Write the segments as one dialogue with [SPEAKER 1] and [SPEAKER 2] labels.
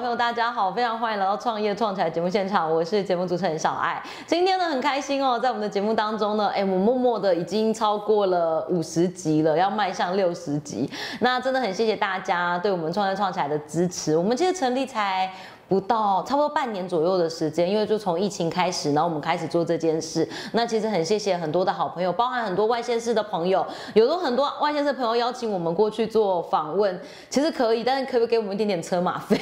[SPEAKER 1] 众大家好，非常欢迎来到创业创起来节目现场，我是节目主持人小爱。今天呢很开心哦，在我们的节目当中呢，哎，我们默默的已经超过了五十集了，要迈向六十集。那真的很谢谢大家对我们创业创起来的支持。我们其实成立才。不到差不多半年左右的时间，因为就从疫情开始，然后我们开始做这件事。那其实很谢谢很多的好朋友，包含很多外县市的朋友，有的很多外县市的朋友邀请我们过去做访问，其实可以，但是可不可以给我们一点点车马费？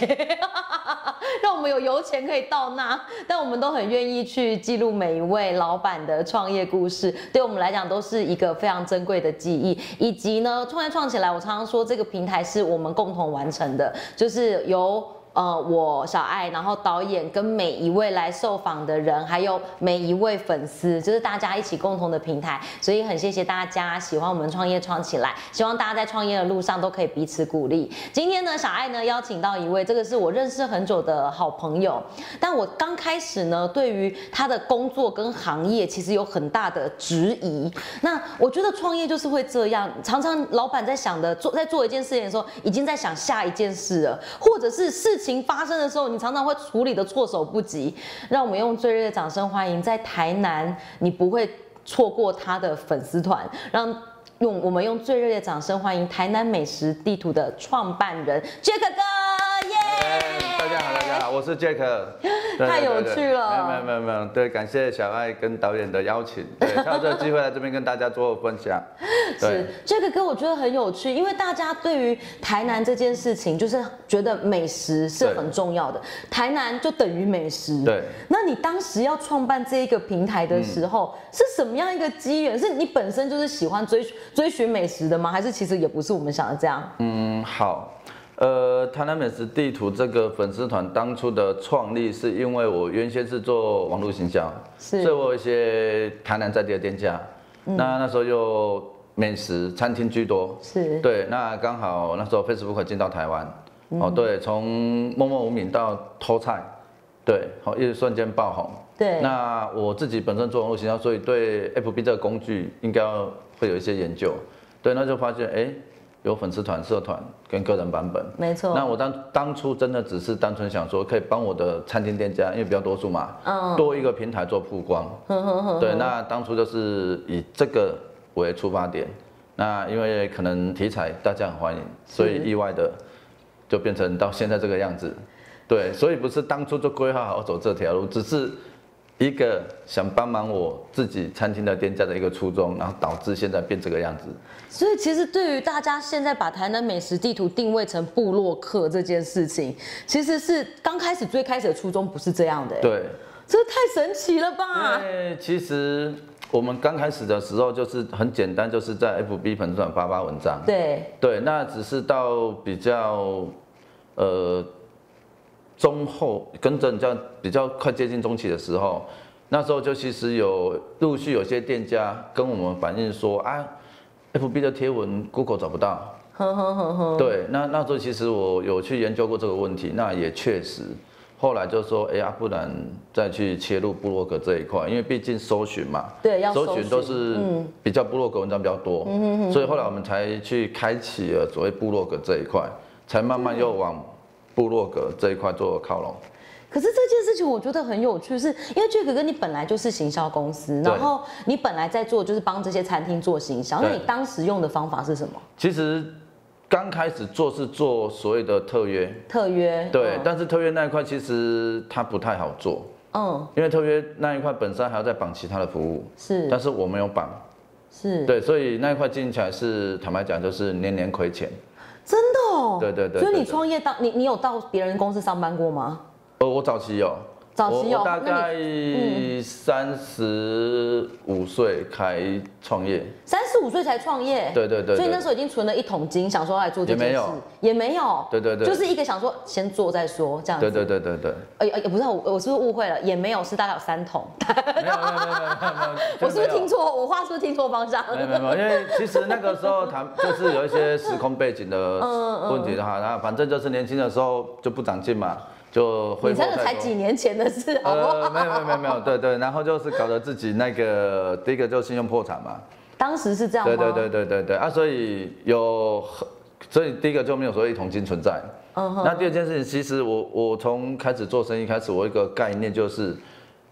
[SPEAKER 1] 让我们有油钱可以到那，但我们都很愿意去记录每一位老板的创业故事，对我们来讲都是一个非常珍贵的记忆。以及呢，创业创起来，我常常说这个平台是我们共同完成的，就是由。呃，我小爱，然后导演跟每一位来受访的人，还有每一位粉丝，就是大家一起共同的平台，所以很谢谢大家喜欢我们创业创起来，希望大家在创业的路上都可以彼此鼓励。今天呢，小爱呢邀请到一位，这个是我认识很久的好朋友，但我刚开始呢，对于他的工作跟行业其实有很大的质疑。那我觉得创业就是会这样，常常老板在想的做在做一件事情的时候，已经在想下一件事了，或者是事。事情发生的时候，你常常会处理的措手不及。让我们用最热烈的掌声欢迎，在台南你不会错过他的粉丝团，让用我们用最热烈的掌声欢迎台南美食地图的创办人 Jack 哥，耶、
[SPEAKER 2] 哎大家好，大家好，我是 Jack。
[SPEAKER 1] 哎
[SPEAKER 2] 对
[SPEAKER 1] 太有趣了
[SPEAKER 2] 没有没有没有没有，对，感谢小爱跟导演的邀请，对， 趁这个机会来这边跟大家做分享。对
[SPEAKER 1] 是，这个歌我觉得很有趣，因为大家对于台南这件事情，就是觉得美食是
[SPEAKER 2] 对
[SPEAKER 1] 很重要的，台南就等于美食。
[SPEAKER 2] 对，
[SPEAKER 1] 那你当时要创办这一个平台的时候，是什么样一个机缘？是你本身就是喜欢追追寻美食的吗？还是其实也不是我们想的这样？
[SPEAKER 2] 嗯，好。呃，台南美食地图这个粉丝团当初的创立，是因为我原先是做网络行销，
[SPEAKER 1] 是嗯
[SPEAKER 2] 所以我有一些台南在地的店家，那那时候又美食餐厅居多，
[SPEAKER 1] 是
[SPEAKER 2] 对，那刚好那时候 Facebook 进到台湾，哦，
[SPEAKER 1] 嗯
[SPEAKER 2] 对，从默默无名到偷菜，对，好，一瞬间爆红。
[SPEAKER 1] 对
[SPEAKER 2] 那我自己本身做网络行销，所以对 FB 这个工具应该要会有一些研究。对，那就发现哎、诶有粉丝团、社团跟个人版本。
[SPEAKER 1] 没错。
[SPEAKER 2] 那我当当初真的只是单纯想说，可以帮我的餐厅店家，因为比较多数嘛，
[SPEAKER 1] 嗯
[SPEAKER 2] 多一个平台做曝光。对，那当初就是以这个为出发点。那因为可能题材大家很欢迎，所以意外的就变成到现在这个样子。对，所以不是当初就规划好走这条路，只是一个想帮忙我自己餐厅的店家的一个初衷，然后导致现在变这个样子。
[SPEAKER 1] 所以其实对于大家现在把台南美食地图定位成部落客这件事情，其实是刚开始最开始的初衷不是这样的、欸，
[SPEAKER 2] 对，
[SPEAKER 1] 这太神奇了吧？
[SPEAKER 2] 因为其实我们刚开始的时候就是很简单，就是在 FB 粉丝团发发文章。
[SPEAKER 1] 对，
[SPEAKER 2] 对，那只是到比较呃中后跟着这样比较快接近中期的时候，那时候就其实有陆续有些店家跟我们反映说啊，FB 的贴文 Google 找不到。
[SPEAKER 1] 哼哼哼哼，
[SPEAKER 2] 对，那那时候其实我有去研究过这个问题，那也确实。后来就说，哎、呀、不然再去切入部落格这一块，因为毕竟搜寻嘛，
[SPEAKER 1] 对要搜
[SPEAKER 2] 搜
[SPEAKER 1] 寻嗯
[SPEAKER 2] 寻都是比较部落格文章比较多，所以后来我们才去开启了所谓部落格这一块，才慢慢又往部落格这一块做靠拢。
[SPEAKER 1] 可是这件事情我觉得很有趣是，因为 Jack 哥你本来就是行销公司，
[SPEAKER 2] 对
[SPEAKER 1] 然后你本来在做就是帮这些餐厅做行销，那
[SPEAKER 2] 对
[SPEAKER 1] 你当时用的方法是什么？
[SPEAKER 2] 其实刚开始做是做所谓的特约，
[SPEAKER 1] 特约？
[SPEAKER 2] 对，但是特约那一块其实它不太好做，
[SPEAKER 1] 嗯，
[SPEAKER 2] 因为特约那一块本身还要再绑其他的服务，但
[SPEAKER 1] 是
[SPEAKER 2] 是我没有绑，
[SPEAKER 1] 是，
[SPEAKER 2] 对，所以那一块经营起来是坦白讲就是年年亏钱。
[SPEAKER 1] 真的哦。
[SPEAKER 2] 对对对
[SPEAKER 1] 所以你
[SPEAKER 2] 对对
[SPEAKER 1] 创业到你你有到别人公司上班过吗？
[SPEAKER 2] 呃，我早期有，
[SPEAKER 1] 早期有
[SPEAKER 2] 我我大
[SPEAKER 1] 那嗯
[SPEAKER 2] 概三十五岁开创业，
[SPEAKER 1] 三十五岁才创业，
[SPEAKER 2] 对对对对
[SPEAKER 1] 所以那时候已经存了一桶金，想说要来做这件事，
[SPEAKER 2] 也没有，
[SPEAKER 1] 也没有，
[SPEAKER 2] 对对对
[SPEAKER 1] 就是一个想说先做再说这样子，
[SPEAKER 2] 对对对 对对，
[SPEAKER 1] 哎，哎，也不是我，我是不是误会了？也没有，是大概有三桶，
[SPEAKER 2] 没有没有没有没有没有，
[SPEAKER 1] 我是不是听
[SPEAKER 2] 错？
[SPEAKER 1] 错？我话是不是听错方向？
[SPEAKER 2] 没有没有没有，因为其实那个时候谈就是有一些时空背景的
[SPEAKER 1] 嗯
[SPEAKER 2] 问题的哈，然后反正就是年轻的时候就不长进嘛，就
[SPEAKER 1] 你
[SPEAKER 2] 挥霍
[SPEAKER 1] 这个才
[SPEAKER 2] 太多
[SPEAKER 1] 几年前的事，好不好？
[SPEAKER 2] 呃，没有没有没有没有，对对，然后就是搞得自己那个第一个就是信用破产嘛，
[SPEAKER 1] 当时是这样吗？
[SPEAKER 2] 对对对对对对啊，所以有很所以第一个就没有所谓一桶金存在。
[SPEAKER 1] 嗯哼，
[SPEAKER 2] 那第二件事情，其实我我从开始做生意开始，我有一个概念就是，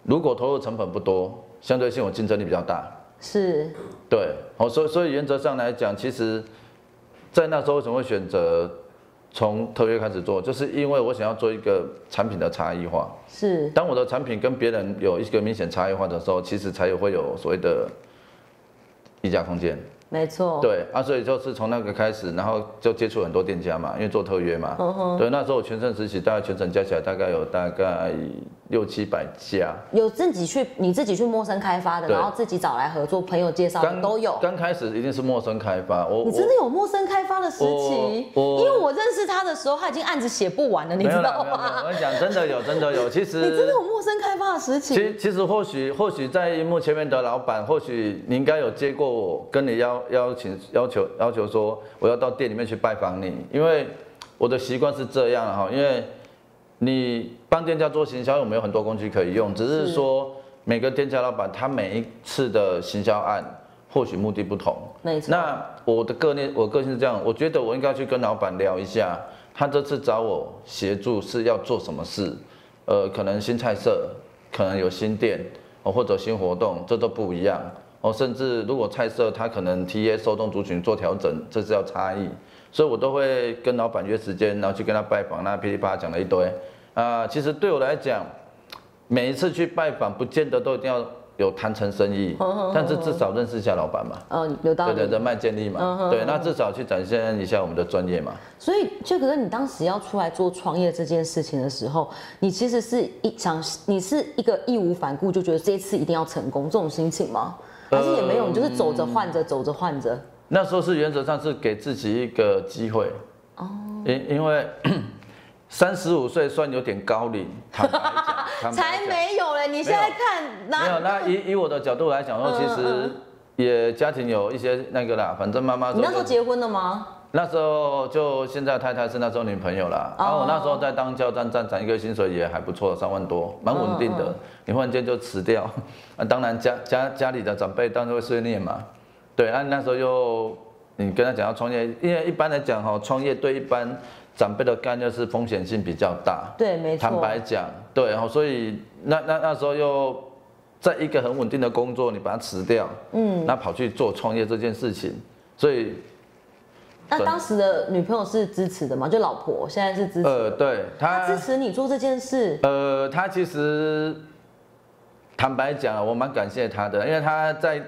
[SPEAKER 2] 如果投入成本不多，相对性我竞争力比较大。
[SPEAKER 1] 是，
[SPEAKER 2] 对，好，所以所以原则上来讲，其实，在那时候为什么会选择从特约开始做，就是因为我想要做一个产品的差异化。
[SPEAKER 1] 是，
[SPEAKER 2] 当我的产品跟别人有一个明显差异化的时候，其实才有会有所谓的溢价空间。
[SPEAKER 1] 没错。
[SPEAKER 2] 对啊，所以就是从那个开始，然后就接触很多店家嘛，因为做特约嘛。
[SPEAKER 1] 嗯
[SPEAKER 2] 对，那时候我全盛时期，大概全省加起来大概有大概六七百家。
[SPEAKER 1] 有自己去你自己去陌生开发的，
[SPEAKER 2] 对
[SPEAKER 1] 然后自己找来合作，朋友介绍的啊都有。
[SPEAKER 2] 刚开始一定是陌生开发，我
[SPEAKER 1] 你真的有陌生开发的时期？
[SPEAKER 2] 我我
[SPEAKER 1] 因为我认识他的时候，他已经案子写不完了，
[SPEAKER 2] 我
[SPEAKER 1] 你
[SPEAKER 2] 没有
[SPEAKER 1] 知
[SPEAKER 2] 啦
[SPEAKER 1] 道
[SPEAKER 2] 没有没有我
[SPEAKER 1] 吗？
[SPEAKER 2] 跟你讲，真的有，真的有。其
[SPEAKER 1] 你真的
[SPEAKER 2] 实，
[SPEAKER 1] 有陌生开发的时
[SPEAKER 2] 其
[SPEAKER 1] 期？
[SPEAKER 2] 实其实或许或许在荧幕前面的老板，或许你应该有接过我跟你邀邀请要求要求说我要到店里面去拜访你，因为我的习惯是这样哈，因为你帮店家做行销，我们有很多工具可以用，只是
[SPEAKER 1] 是
[SPEAKER 2] 说每个店家老板他每一次的行销案或许目的不同，
[SPEAKER 1] 没错，
[SPEAKER 2] 那我的个性，我个性是这样，我觉得我应该去跟老板聊一下，他这次找我协助是要做什么事，呃，可能新菜色，可能有新店，哦，或者新活动，这都不一样。哦，甚至如果菜色他可能 TA 受众族群做调整，这是要差异，所以我都会跟老板约时间，然后去跟他拜访，那噼里啪啦讲了一堆。啊、其实对我来讲，每一次去拜访，不见得都一定要有谈成生意，
[SPEAKER 1] 哦
[SPEAKER 2] 但是至少认识一下老板嘛。
[SPEAKER 1] 嗯，有道
[SPEAKER 2] 对对，
[SPEAKER 1] 理。嗯
[SPEAKER 2] 人脉建立嘛，对，那至少去展现一下我们的专业嘛。
[SPEAKER 1] 所以，就可是你当时要出来做创业这件事情的时候，你其实是一想，你是一个义无反顾，就觉得这一次一定要成功这种心情吗？
[SPEAKER 2] 呃
[SPEAKER 1] 还是也没有，你就是走着换着，走着换着。
[SPEAKER 2] 那时候是原则上是给自己一个机会，哦，因因为 三十五岁算有点高龄，坦白 讲坦白讲，
[SPEAKER 1] 才没啊有嘞！你现在看，
[SPEAKER 2] 没有。
[SPEAKER 1] 那
[SPEAKER 2] 那以以我的角度来
[SPEAKER 1] 嗯
[SPEAKER 2] 讲说，其实也家庭有一些那个啦，反正妈妈
[SPEAKER 1] 你那时候
[SPEAKER 2] 就
[SPEAKER 1] 结婚了吗？
[SPEAKER 2] 那时候就现在太太是那时候女朋友啦，
[SPEAKER 1] 哦
[SPEAKER 2] 然后我那时候在当教站站长，一个月薪水也还不错，三万多，蛮稳定
[SPEAKER 1] 嗯
[SPEAKER 2] 的。你忽然间就辞掉， 啊，当然家家家里的长辈当然会碎念嘛，对，啊，那时候又你跟他讲要创业，因为一般来讲哈、创业对一般长辈的概念是风险性比较大，
[SPEAKER 1] 对，没错。
[SPEAKER 2] 坦白讲，对，然后所以那那那时候又在一个很稳定的工作，你把它辞掉，嗯，那跑去做创业这件事情，所以
[SPEAKER 1] 那当时的女朋友是支持的吗？就老婆现在是支持，
[SPEAKER 2] 呃，对
[SPEAKER 1] 她支持你做这件事，
[SPEAKER 2] 呃，他其实坦白讲，啊我蛮感谢他的，因为他在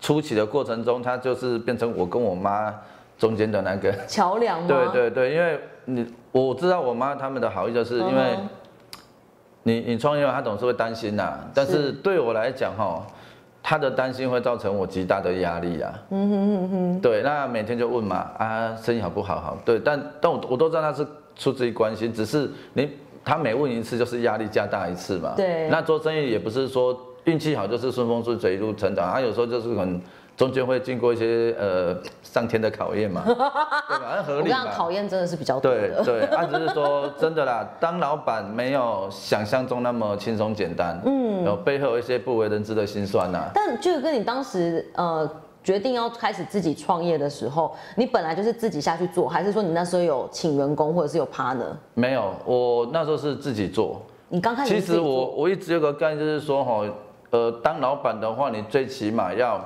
[SPEAKER 2] 初期的过程中，他就是变成我跟我妈中间的那个。
[SPEAKER 1] 桥梁吗？
[SPEAKER 2] 对，对对，因为你我知道我妈他们的好意，就是因为
[SPEAKER 1] 嗯哼
[SPEAKER 2] 你你创业，她总是会担心呐、但是
[SPEAKER 1] 是
[SPEAKER 2] 对我来讲哈，她的担心会造成我极大的压力啊。嗯哼哼哼。对，那每天就问嘛，啊，生意好不好？好，对，但但我我都知道她是出自于关心，只是你她每问一次就是压力加大一次嘛。
[SPEAKER 1] 对
[SPEAKER 2] 那做生意也不是说运气好就是顺风顺水一路成长，啊，有时候就是可能中间会经过一些呃上天的考验嘛，对吧？很合
[SPEAKER 1] 啊我
[SPEAKER 2] 理
[SPEAKER 1] 跟你讲，
[SPEAKER 2] 嘛。
[SPEAKER 1] 考验真的是比较多
[SPEAKER 2] 对
[SPEAKER 1] 的。
[SPEAKER 2] 对，啊，只是说真的啦， 当老板没有想象中那么轻松简单，嗯，有背后有一些不为人知的辛酸呐、啊
[SPEAKER 1] 但就跟你当时呃决定要开始自己创业的时候，你本来就是自己下去做，还是说你那时候有请员工或者是有 partner？
[SPEAKER 2] 没有，我那时候是自己做。
[SPEAKER 1] 你刚开始
[SPEAKER 2] 其
[SPEAKER 1] 是自己
[SPEAKER 2] 实
[SPEAKER 1] 做
[SPEAKER 2] 我我一直有个概念，就是说哈，呃，当老板的话，你最起码要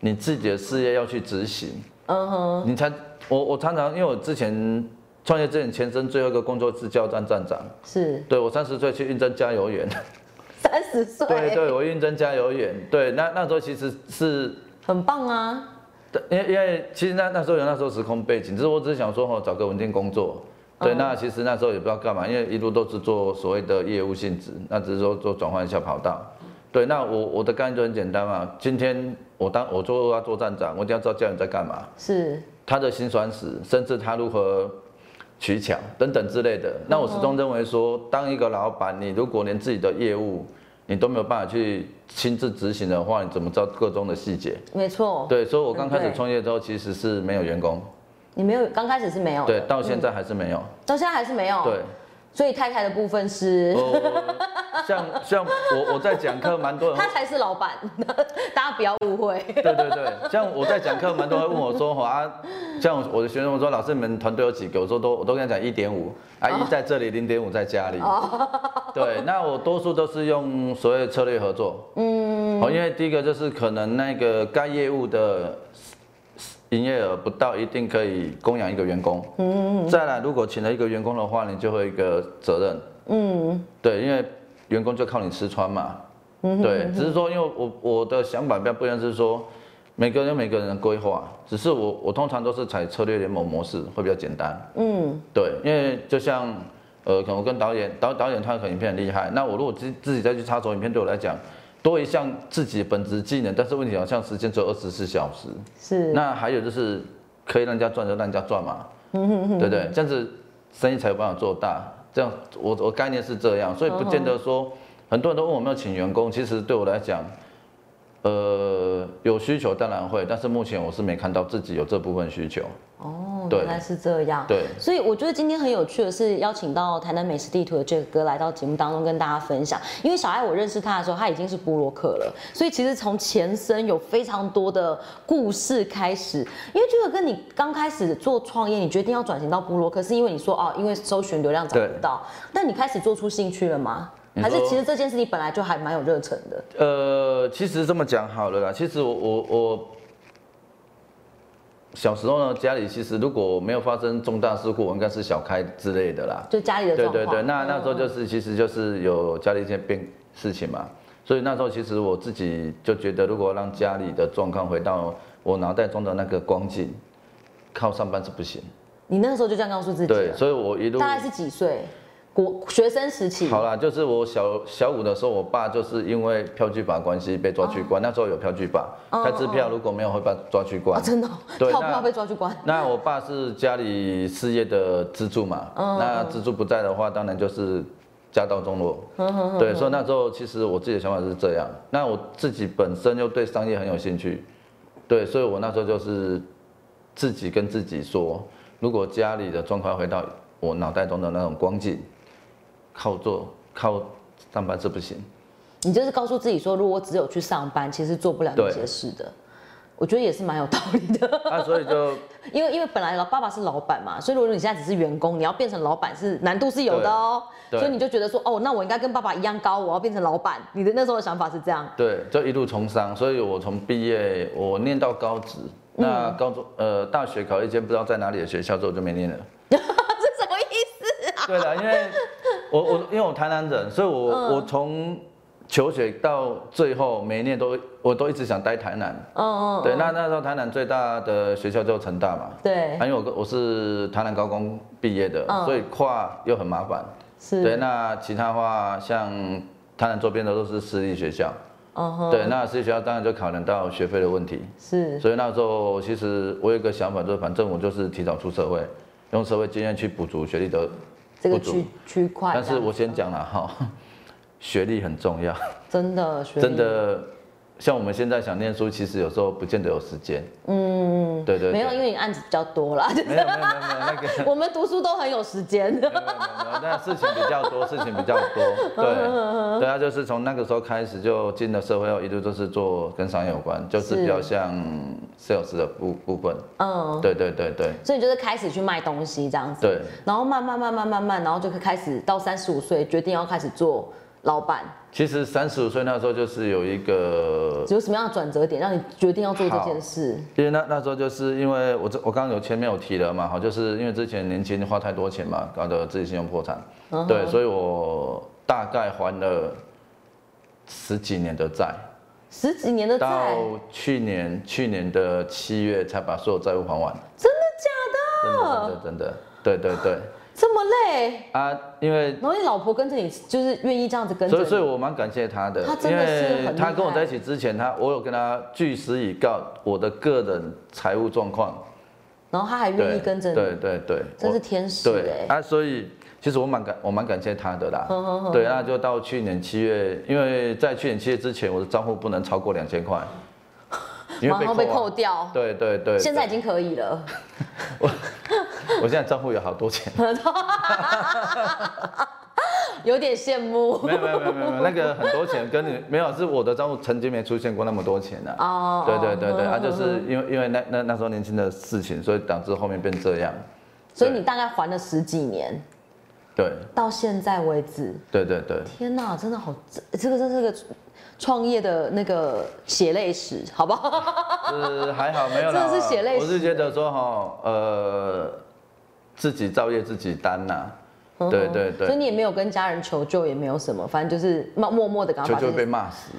[SPEAKER 2] 你自己的事业要去执行，
[SPEAKER 1] 嗯哼，
[SPEAKER 2] 你才我我常常因为我之前创业之前前身最后一个工作是教站站长，
[SPEAKER 1] 是
[SPEAKER 2] 对我三十岁去应征加油员。
[SPEAKER 1] 三十岁，
[SPEAKER 2] 对对，我应征加油员。对，那那时候其实是
[SPEAKER 1] 很棒啊，
[SPEAKER 2] 对，因为因为其实那那时候有那时候时空背景，只是我只是想说哦，找个稳定工作。对，那其实那时候也不知道干嘛，因为一路都是做所谓的业务性质，那只是说做转换一下跑道。对，那我我的概念就很简单嘛，今天我当我做要做站长，我一定要知道家人在干嘛，
[SPEAKER 1] 是
[SPEAKER 2] 他的辛酸史，甚至他如何取巧等等之类的。那我始终认为说，当一个老板，你如果连自己的业务你都没有办法去亲自执行的话，你怎么知道各中的细节？
[SPEAKER 1] 没错。
[SPEAKER 2] 对，所以我刚开
[SPEAKER 1] 对
[SPEAKER 2] 始
[SPEAKER 1] 不对
[SPEAKER 2] 创业之后，其实是没有员工，
[SPEAKER 1] 你没有刚开始是没有的，
[SPEAKER 2] 对，到现在还是没有。
[SPEAKER 1] 到现在还是没有。
[SPEAKER 2] 对，哦
[SPEAKER 1] 所以太太的部分是，
[SPEAKER 2] 呃，像像我我在讲课，蛮多人 会
[SPEAKER 1] 她才是老板， 大家不要误会。
[SPEAKER 2] 对对对，像我在讲课，蛮多人会问我 说：“哈、啊，像我我的学生我说，老师你们团队有几个？”我说都我都跟他讲一点五，啊一在这里，零点五在家里。对，那我多数都是用所谓的策略合作。嗯。哦，因为第一个就是可能那个该业务的营业额不到一定可以供养一个员工。嗯。再来，如果请了一个员工的话，你就会有一个责任。嗯。对，因为员工就靠你吃穿嘛。对，只是说，因为我我的想法比较不一样，是说每个人有每个人的规划，只是我我通常都是采策略联盟模式，会比较简单。
[SPEAKER 1] 嗯，
[SPEAKER 2] 对，因为就像呃，可能我跟导演导导演他可能影片很厉害，那我如果自自己再去插手影片，对我来讲多一项自己本职技能，但是问题好像时间只有二十四小时。
[SPEAKER 1] 是。
[SPEAKER 2] 那还有就是可以让人家赚就让人家赚嘛，
[SPEAKER 1] 嗯
[SPEAKER 2] 对不对？这样子生意才有办法做大。这样我我概念是这样，所
[SPEAKER 1] 嗯
[SPEAKER 2] 以不见得说很多人都问我有没有请员工，其实对我来讲，呃，有需求当然会，但是目前我是没看到自己有这部分需求。
[SPEAKER 1] 哦，
[SPEAKER 2] 对
[SPEAKER 1] 原来是这样。
[SPEAKER 2] 对
[SPEAKER 1] 所以我觉得今天很有趣的是邀请到台南美食地图的 Jack 哥来到节目当中跟大家分享。因为小爱我认识他的时候，他已经是布洛克了，所以其实从前身有非常多的故事开始。因为 Jack 哥，你刚开始做创业，你决定要转型到布洛克，是因为你说哦，因为搜寻流量找不到，但你开始做出兴趣了吗？
[SPEAKER 2] 你
[SPEAKER 1] 还是
[SPEAKER 2] 说
[SPEAKER 1] 其实这件事你本来就还蛮有热忱的？
[SPEAKER 2] 呃，其实这么讲好了啦，其实我我我小时候呢，家里其实如果没有发生重大事故，我应该是小开之类的啦。
[SPEAKER 1] 就家里的
[SPEAKER 2] 对
[SPEAKER 1] 状
[SPEAKER 2] 对
[SPEAKER 1] 况。
[SPEAKER 2] 对，那
[SPEAKER 1] 嗯
[SPEAKER 2] 那时候就是其实就是有家里一些变事情嘛，所以那时候其实我自己就觉得，如果让家里的状况回到我脑袋中的那个光景，靠上班是不行。
[SPEAKER 1] 你那个时候就这样告诉自己
[SPEAKER 2] 对，
[SPEAKER 1] 了。
[SPEAKER 2] 所以我一路
[SPEAKER 1] 大概是几岁？国学生时期。
[SPEAKER 2] 好啦，就是我小小五的时候，我爸就是因为票据法关系被抓去
[SPEAKER 1] 哦
[SPEAKER 2] 关。那时候有票据法，开支票如果没有会把抓去
[SPEAKER 1] 啊，
[SPEAKER 2] 关。
[SPEAKER 1] 真的哦、
[SPEAKER 2] 对
[SPEAKER 1] 跳不
[SPEAKER 2] 那
[SPEAKER 1] 要被抓去关。
[SPEAKER 2] 那我爸是家里事业的支柱嘛，那支柱不在的话，当然就是家道中落。对，所以那时候其实我自己的想法是这样。那我自己本身又对商业很有兴趣，对，所以我那时候就是自己跟自己说，如果家里的状况回到我脑袋中的那种光景，靠做靠上班是不行。
[SPEAKER 1] 你就是告诉自己说，如果我只有去上班，其实做不了那
[SPEAKER 2] 对
[SPEAKER 1] 些事的。我觉得也是蛮有道理的，
[SPEAKER 2] 啊，所以就
[SPEAKER 1] 因为因为本来老爸爸是老板嘛，所以如果你现在只是员工，你要变成老板是难度是有的哦、
[SPEAKER 2] 对对
[SPEAKER 1] 所以你就觉得说，哦，那我应该跟爸爸一样高，我要变成老板。你的那时候的想法是这样，
[SPEAKER 2] 对，就一路从商，所以我从毕业，我念到高职，那
[SPEAKER 1] 嗯
[SPEAKER 2] 高中呃大学考了一间不知道在哪里的学校之后就没 念了。
[SPEAKER 1] 这什么意思啊？
[SPEAKER 2] 对了，因为我我因为我台南人，所以我、
[SPEAKER 1] 嗯
[SPEAKER 2] 我从求学到最后每一年都我都一直想待台南。
[SPEAKER 1] 嗯嗯，
[SPEAKER 2] 对，那那时候台南最大的学校就是成大嘛。
[SPEAKER 1] 对
[SPEAKER 2] 啊，，因为我我是台南高工毕业的，
[SPEAKER 1] 嗯
[SPEAKER 2] 所以跨又很麻烦。对，
[SPEAKER 1] 是，
[SPEAKER 2] 那其他话像台南周边的都是私立学校。
[SPEAKER 1] 嗯哼，
[SPEAKER 2] 对，那私立学校当然就考量到学费的问题，
[SPEAKER 1] 是，
[SPEAKER 2] 所以那时候其实我有一个想法，就是反正我就是提早出社会，用社会经验去补足学历的
[SPEAKER 1] 这个
[SPEAKER 2] 不足
[SPEAKER 1] 区区块这
[SPEAKER 2] 但
[SPEAKER 1] 样子。
[SPEAKER 2] 是我先讲了哈，学历很重要，
[SPEAKER 1] 真的学历
[SPEAKER 2] 真的，像我们现在想念书，其实有时候不见得有时间。嗯，对对对，
[SPEAKER 1] 没有，因
[SPEAKER 2] 为
[SPEAKER 1] 为你案子比较多啦，就是
[SPEAKER 2] 没有没有没有没有那 个。
[SPEAKER 1] 我们读书都很有时间。
[SPEAKER 2] 没有没有没有，那事情比较多，事情比较多， 对，对啊，就是从那个时候开始就进了社会后，一路都是做跟商业有关，就是比较像 sales 的部部分，
[SPEAKER 1] 嗯，
[SPEAKER 2] 对对对对
[SPEAKER 1] 所以你就是开始去卖东西这样子，
[SPEAKER 2] 对，
[SPEAKER 1] 然后慢慢慢慢慢慢，然后就开始到三十五岁决定要开始做老板，
[SPEAKER 2] 其实三十五岁那时候就是有一个，
[SPEAKER 1] 有什么样的转折点让你决定要做这件事？
[SPEAKER 2] 因为那那时候就是因为我这我刚刚有前面有提了嘛，哈，就是因为之前年轻花太多钱嘛，搞得自己信用破产，
[SPEAKER 1] 嗯
[SPEAKER 2] 对，所以我大概还了十几年的债，
[SPEAKER 1] 十几年的
[SPEAKER 2] 到
[SPEAKER 1] 债，
[SPEAKER 2] 去年去年的七月才把所有债务还完，
[SPEAKER 1] 真的假
[SPEAKER 2] 真的真的真的，对对对
[SPEAKER 1] 的？这么累？
[SPEAKER 2] 啊，因为
[SPEAKER 1] 然后你老婆跟着你，就是愿意这样子跟着
[SPEAKER 2] 所以所以
[SPEAKER 1] 你，
[SPEAKER 2] 我蛮感谢他的
[SPEAKER 1] 他，真
[SPEAKER 2] 因
[SPEAKER 1] 的是很
[SPEAKER 2] 为
[SPEAKER 1] 厉
[SPEAKER 2] 他跟我
[SPEAKER 1] 害
[SPEAKER 2] 在一起之前，他我有跟他据实以告我的个人财务状况，
[SPEAKER 1] 然后他还愿意跟着你，
[SPEAKER 2] 对对对，
[SPEAKER 1] 真是
[SPEAKER 2] 我
[SPEAKER 1] 天使
[SPEAKER 2] 对
[SPEAKER 1] 哎！
[SPEAKER 2] 啊，所以其实我蛮感我蛮感谢他的啦，对，那就到去年七月，因为在去年七月之前，我的账户不能超过两 千块，因
[SPEAKER 1] 马上被
[SPEAKER 2] 啊
[SPEAKER 1] 扣掉，
[SPEAKER 2] 对对对，
[SPEAKER 1] 现在已
[SPEAKER 2] 对
[SPEAKER 1] 经可以了。
[SPEAKER 2] 我现在账户有好多钱，
[SPEAKER 1] 有点羡慕。
[SPEAKER 2] 没有没有没有没有，那个很多钱跟你没有，是我的账户曾经没出现过那么多钱的、啊。
[SPEAKER 1] 哦，
[SPEAKER 2] 对对对对，
[SPEAKER 1] 嗯
[SPEAKER 2] 啊，就是因为因为那那那时候年轻的事情，所以导致后面变这样。
[SPEAKER 1] 所以你大概还了十几年，
[SPEAKER 2] 对
[SPEAKER 1] 到现在为止，
[SPEAKER 2] 对对 对，
[SPEAKER 1] 天哪，真的好，这这个真是个创业的那个血泪史，好不好？
[SPEAKER 2] 是还好没有啦。
[SPEAKER 1] 真的是血泪史
[SPEAKER 2] 我是觉得说哈，呃，自己造业自己担呐、对对
[SPEAKER 1] 所以
[SPEAKER 2] 对，
[SPEAKER 1] 你也没有跟家人求救，也没有什么，反正就是默默默的赶快
[SPEAKER 2] 就
[SPEAKER 1] 把
[SPEAKER 2] 就
[SPEAKER 1] 这
[SPEAKER 2] 会被
[SPEAKER 1] 些。
[SPEAKER 2] 骂死。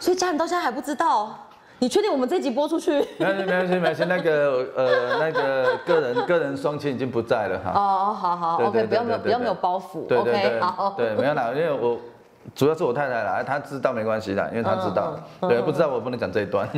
[SPEAKER 1] 所以家人到现在还不知道，你确定我们这集播出去？
[SPEAKER 2] 没关系，没关系，没关系。那个呃，那个个人个人双亲已经不在了哈。
[SPEAKER 1] 哦，好好
[SPEAKER 2] 对对
[SPEAKER 1] ，OK，
[SPEAKER 2] 对
[SPEAKER 1] 不要没有
[SPEAKER 2] 对对
[SPEAKER 1] 不要没有包袱
[SPEAKER 2] 对对
[SPEAKER 1] ，OK，
[SPEAKER 2] 对
[SPEAKER 1] 好，，
[SPEAKER 2] 对，没有啦，因为我主要是我太太啦，哎她知道没关系啦，因为她知道，
[SPEAKER 1] 嗯
[SPEAKER 2] 对，不知道我不能讲这一 段，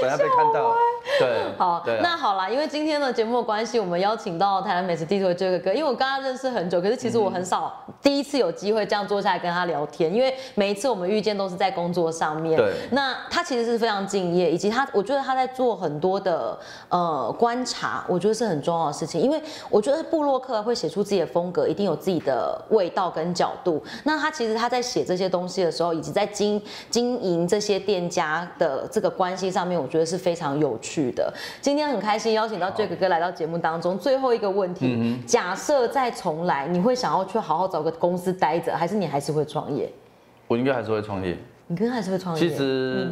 [SPEAKER 2] 本来被看到，对，
[SPEAKER 1] 好，
[SPEAKER 2] 对啊，
[SPEAKER 1] 那好啦，因为今天的节目的关系，我们邀请到台南美食地图的这个哥，因为我跟他认识很久，可是其实我很少、第一次有机会这样坐下来跟他聊天，因为每一次我们遇见都是在工作上面。
[SPEAKER 2] 对
[SPEAKER 1] 那他其实是非常敬业，以及他，我觉得他在做很多的呃观察，我觉得是很重要的事情，因为我觉得布洛克会写出自己的风格，一定有自己的味道跟角度。那他其实他在写这些东西的时候，以及在经经营这些店家的这个关系上面，我觉得是非常有趣的。今天很开心邀请到 Jack 哥来到节目当中。最后一个问
[SPEAKER 2] 嗯
[SPEAKER 1] 题，假设再重来，你会想要去好好找个公司待着，还是你还是会创业？
[SPEAKER 2] 我应该还是会创业。嗯
[SPEAKER 1] 你跟还是会创业？
[SPEAKER 2] 其实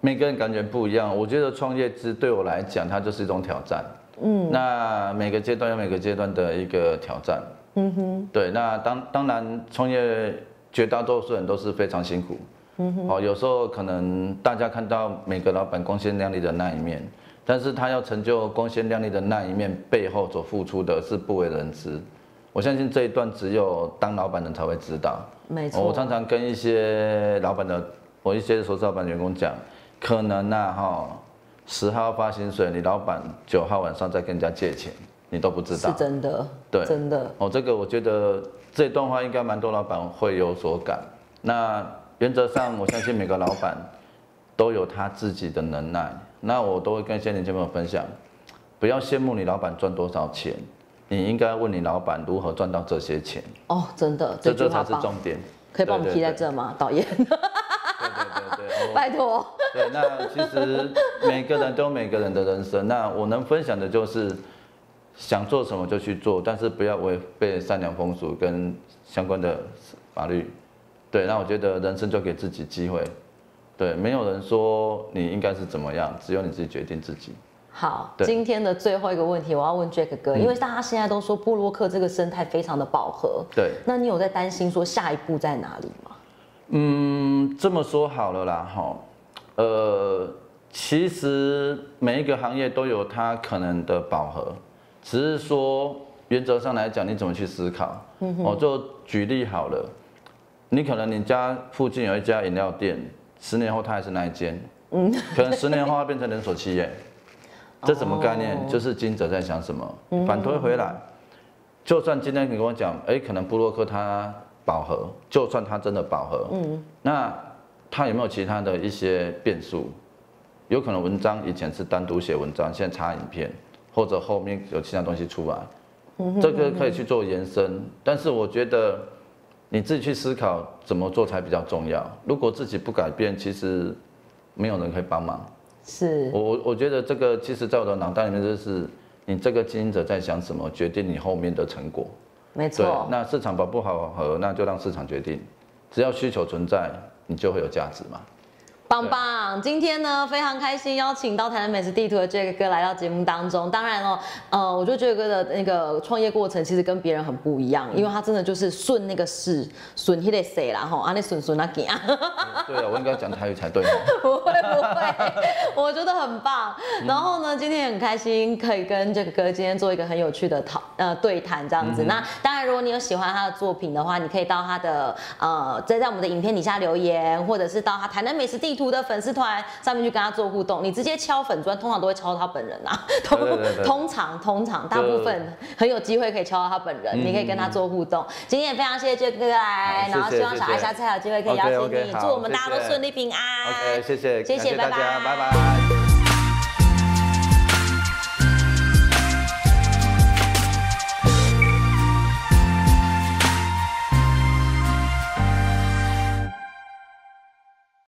[SPEAKER 2] 每个人感觉不一样，我觉得创业之对我来讲，它就是一种挑战。嗯，那每个阶段有每个阶段的一个挑战。嗯哼，对，那当当然，创业绝大多数人都是非常辛苦。嗯哼，哦，有时候可能大家看到每个老板光鲜亮丽的那一面，但是他要成就光鲜亮丽的那一面背后所付出的是不为人知。我相信这一段只有当老板人才会知道。
[SPEAKER 1] 没
[SPEAKER 2] 哦我
[SPEAKER 1] 错。
[SPEAKER 2] 常常跟一些老板的，我一些熟识老板的员工讲，可能呐、哈，十号发薪水，你老板九号晚上再跟人家借钱，你都不知
[SPEAKER 1] 是
[SPEAKER 2] 道。
[SPEAKER 1] 真的，
[SPEAKER 2] 对
[SPEAKER 1] 真的，
[SPEAKER 2] 哦，这个我觉得这段话应该蛮多老板会有所感。那原则上，我相信每个老板都有他自己的能耐。那我都会跟一些年轻朋友分享，不要羡慕你老板赚多少钱，你应该问你老板如何赚到这些钱，
[SPEAKER 1] 哦，真的，
[SPEAKER 2] 这
[SPEAKER 1] 句
[SPEAKER 2] 这
[SPEAKER 1] 话
[SPEAKER 2] 才是
[SPEAKER 1] 棒
[SPEAKER 2] 重，点。
[SPEAKER 1] 可以帮我们
[SPEAKER 2] 对
[SPEAKER 1] 提
[SPEAKER 2] 对
[SPEAKER 1] 在
[SPEAKER 2] 对哦
[SPEAKER 1] 这吗？导演，
[SPEAKER 2] 对对对对，我
[SPEAKER 1] 拜托，
[SPEAKER 2] 对，那其实每个人都有每个人的人生。那我能分享的就是，想做什么就去做，但是不要违背善良风俗跟相关的法律。对，那我觉得人生就给自己机会。对，没有人说你应该是怎么样，只有你自己决定自己。
[SPEAKER 1] 好，
[SPEAKER 2] 对嗯
[SPEAKER 1] 今天的最后一个问题，我要问 Jack 哥，因为大家现在都说布洛克这个生态非常的饱和，
[SPEAKER 2] 对，
[SPEAKER 1] 那你有在担心说下一步在哪里吗？
[SPEAKER 2] 嗯，这么说好了啦，哈，呃，其实每一个行业都有它可能的饱和，只是说原则上来讲，你怎么去思考？我、就举例好了，你可能你家附近有一家饮料店，十年后它还是那一间，嗯，可能十年后它变成连锁企 业，这什么概念？就是经营者在想什么，反推回来。就算今天你跟我讲，哎、可能布洛克它饱和，就算它真的饱和，嗯，那它有没有其他的一些变数？有可能文章以前是单独写文章，现在插影片，或者后面有其他东西出来，这个可以去做延伸。但是我觉得你自己去思考怎么做才比较重要。如果自己不改变，其实没有人可以帮忙。
[SPEAKER 1] 是
[SPEAKER 2] 我我我觉得这个其实在我的脑袋里面就是你这个经营者在想什么，决定你后面的成果。
[SPEAKER 1] 没
[SPEAKER 2] 对
[SPEAKER 1] 错，，
[SPEAKER 2] 那市场饱不饱和，那就让市场决定。只要需求存在，你就会有价值嘛。
[SPEAKER 1] 棒棒！今天呢，非常开心邀请到台南美食地图的 Jack 哥来到节目当中。当然哦，呃，我觉得 Jack 哥的那个创业过程其实跟别人很不一样，因为他真的就是顺那个势，顺那个谁啦吼，啊那顺顺啊行。
[SPEAKER 2] 对啊，我应该讲台语才对。
[SPEAKER 1] 不会不会， 我觉得很棒。然后呢，今天也很开心可以跟这个哥今天做一个很有趣的讨呃对谈这
[SPEAKER 2] 嗯
[SPEAKER 1] 样子。那当然，如果你有喜欢他的作品的话，你可以到他的呃在在我们的影片底下留言，或者是到他台南美食地图的粉丝团上面去跟他做互动。你直接敲粉砖，通常都会敲到他本人 啊，通
[SPEAKER 2] 对对对
[SPEAKER 1] 通常通常大部分很有机会可以敲到他本人，你可以跟他做互动。今天也非常谢谢这个哥来，
[SPEAKER 2] 好
[SPEAKER 1] 然后
[SPEAKER 2] 谢
[SPEAKER 1] 希
[SPEAKER 2] 谢
[SPEAKER 1] 望小爱
[SPEAKER 2] 谢谢
[SPEAKER 1] 下次还有机会可以邀请
[SPEAKER 2] OK，OK，
[SPEAKER 1] 你，
[SPEAKER 2] 好
[SPEAKER 1] 祝我们大家都
[SPEAKER 2] 谢谢
[SPEAKER 1] 顺利平安。
[SPEAKER 2] OK，谢谢，
[SPEAKER 1] 谢
[SPEAKER 2] 感
[SPEAKER 1] 谢，
[SPEAKER 2] 谢大
[SPEAKER 1] 拜
[SPEAKER 2] 家，
[SPEAKER 1] 拜
[SPEAKER 2] 拜拜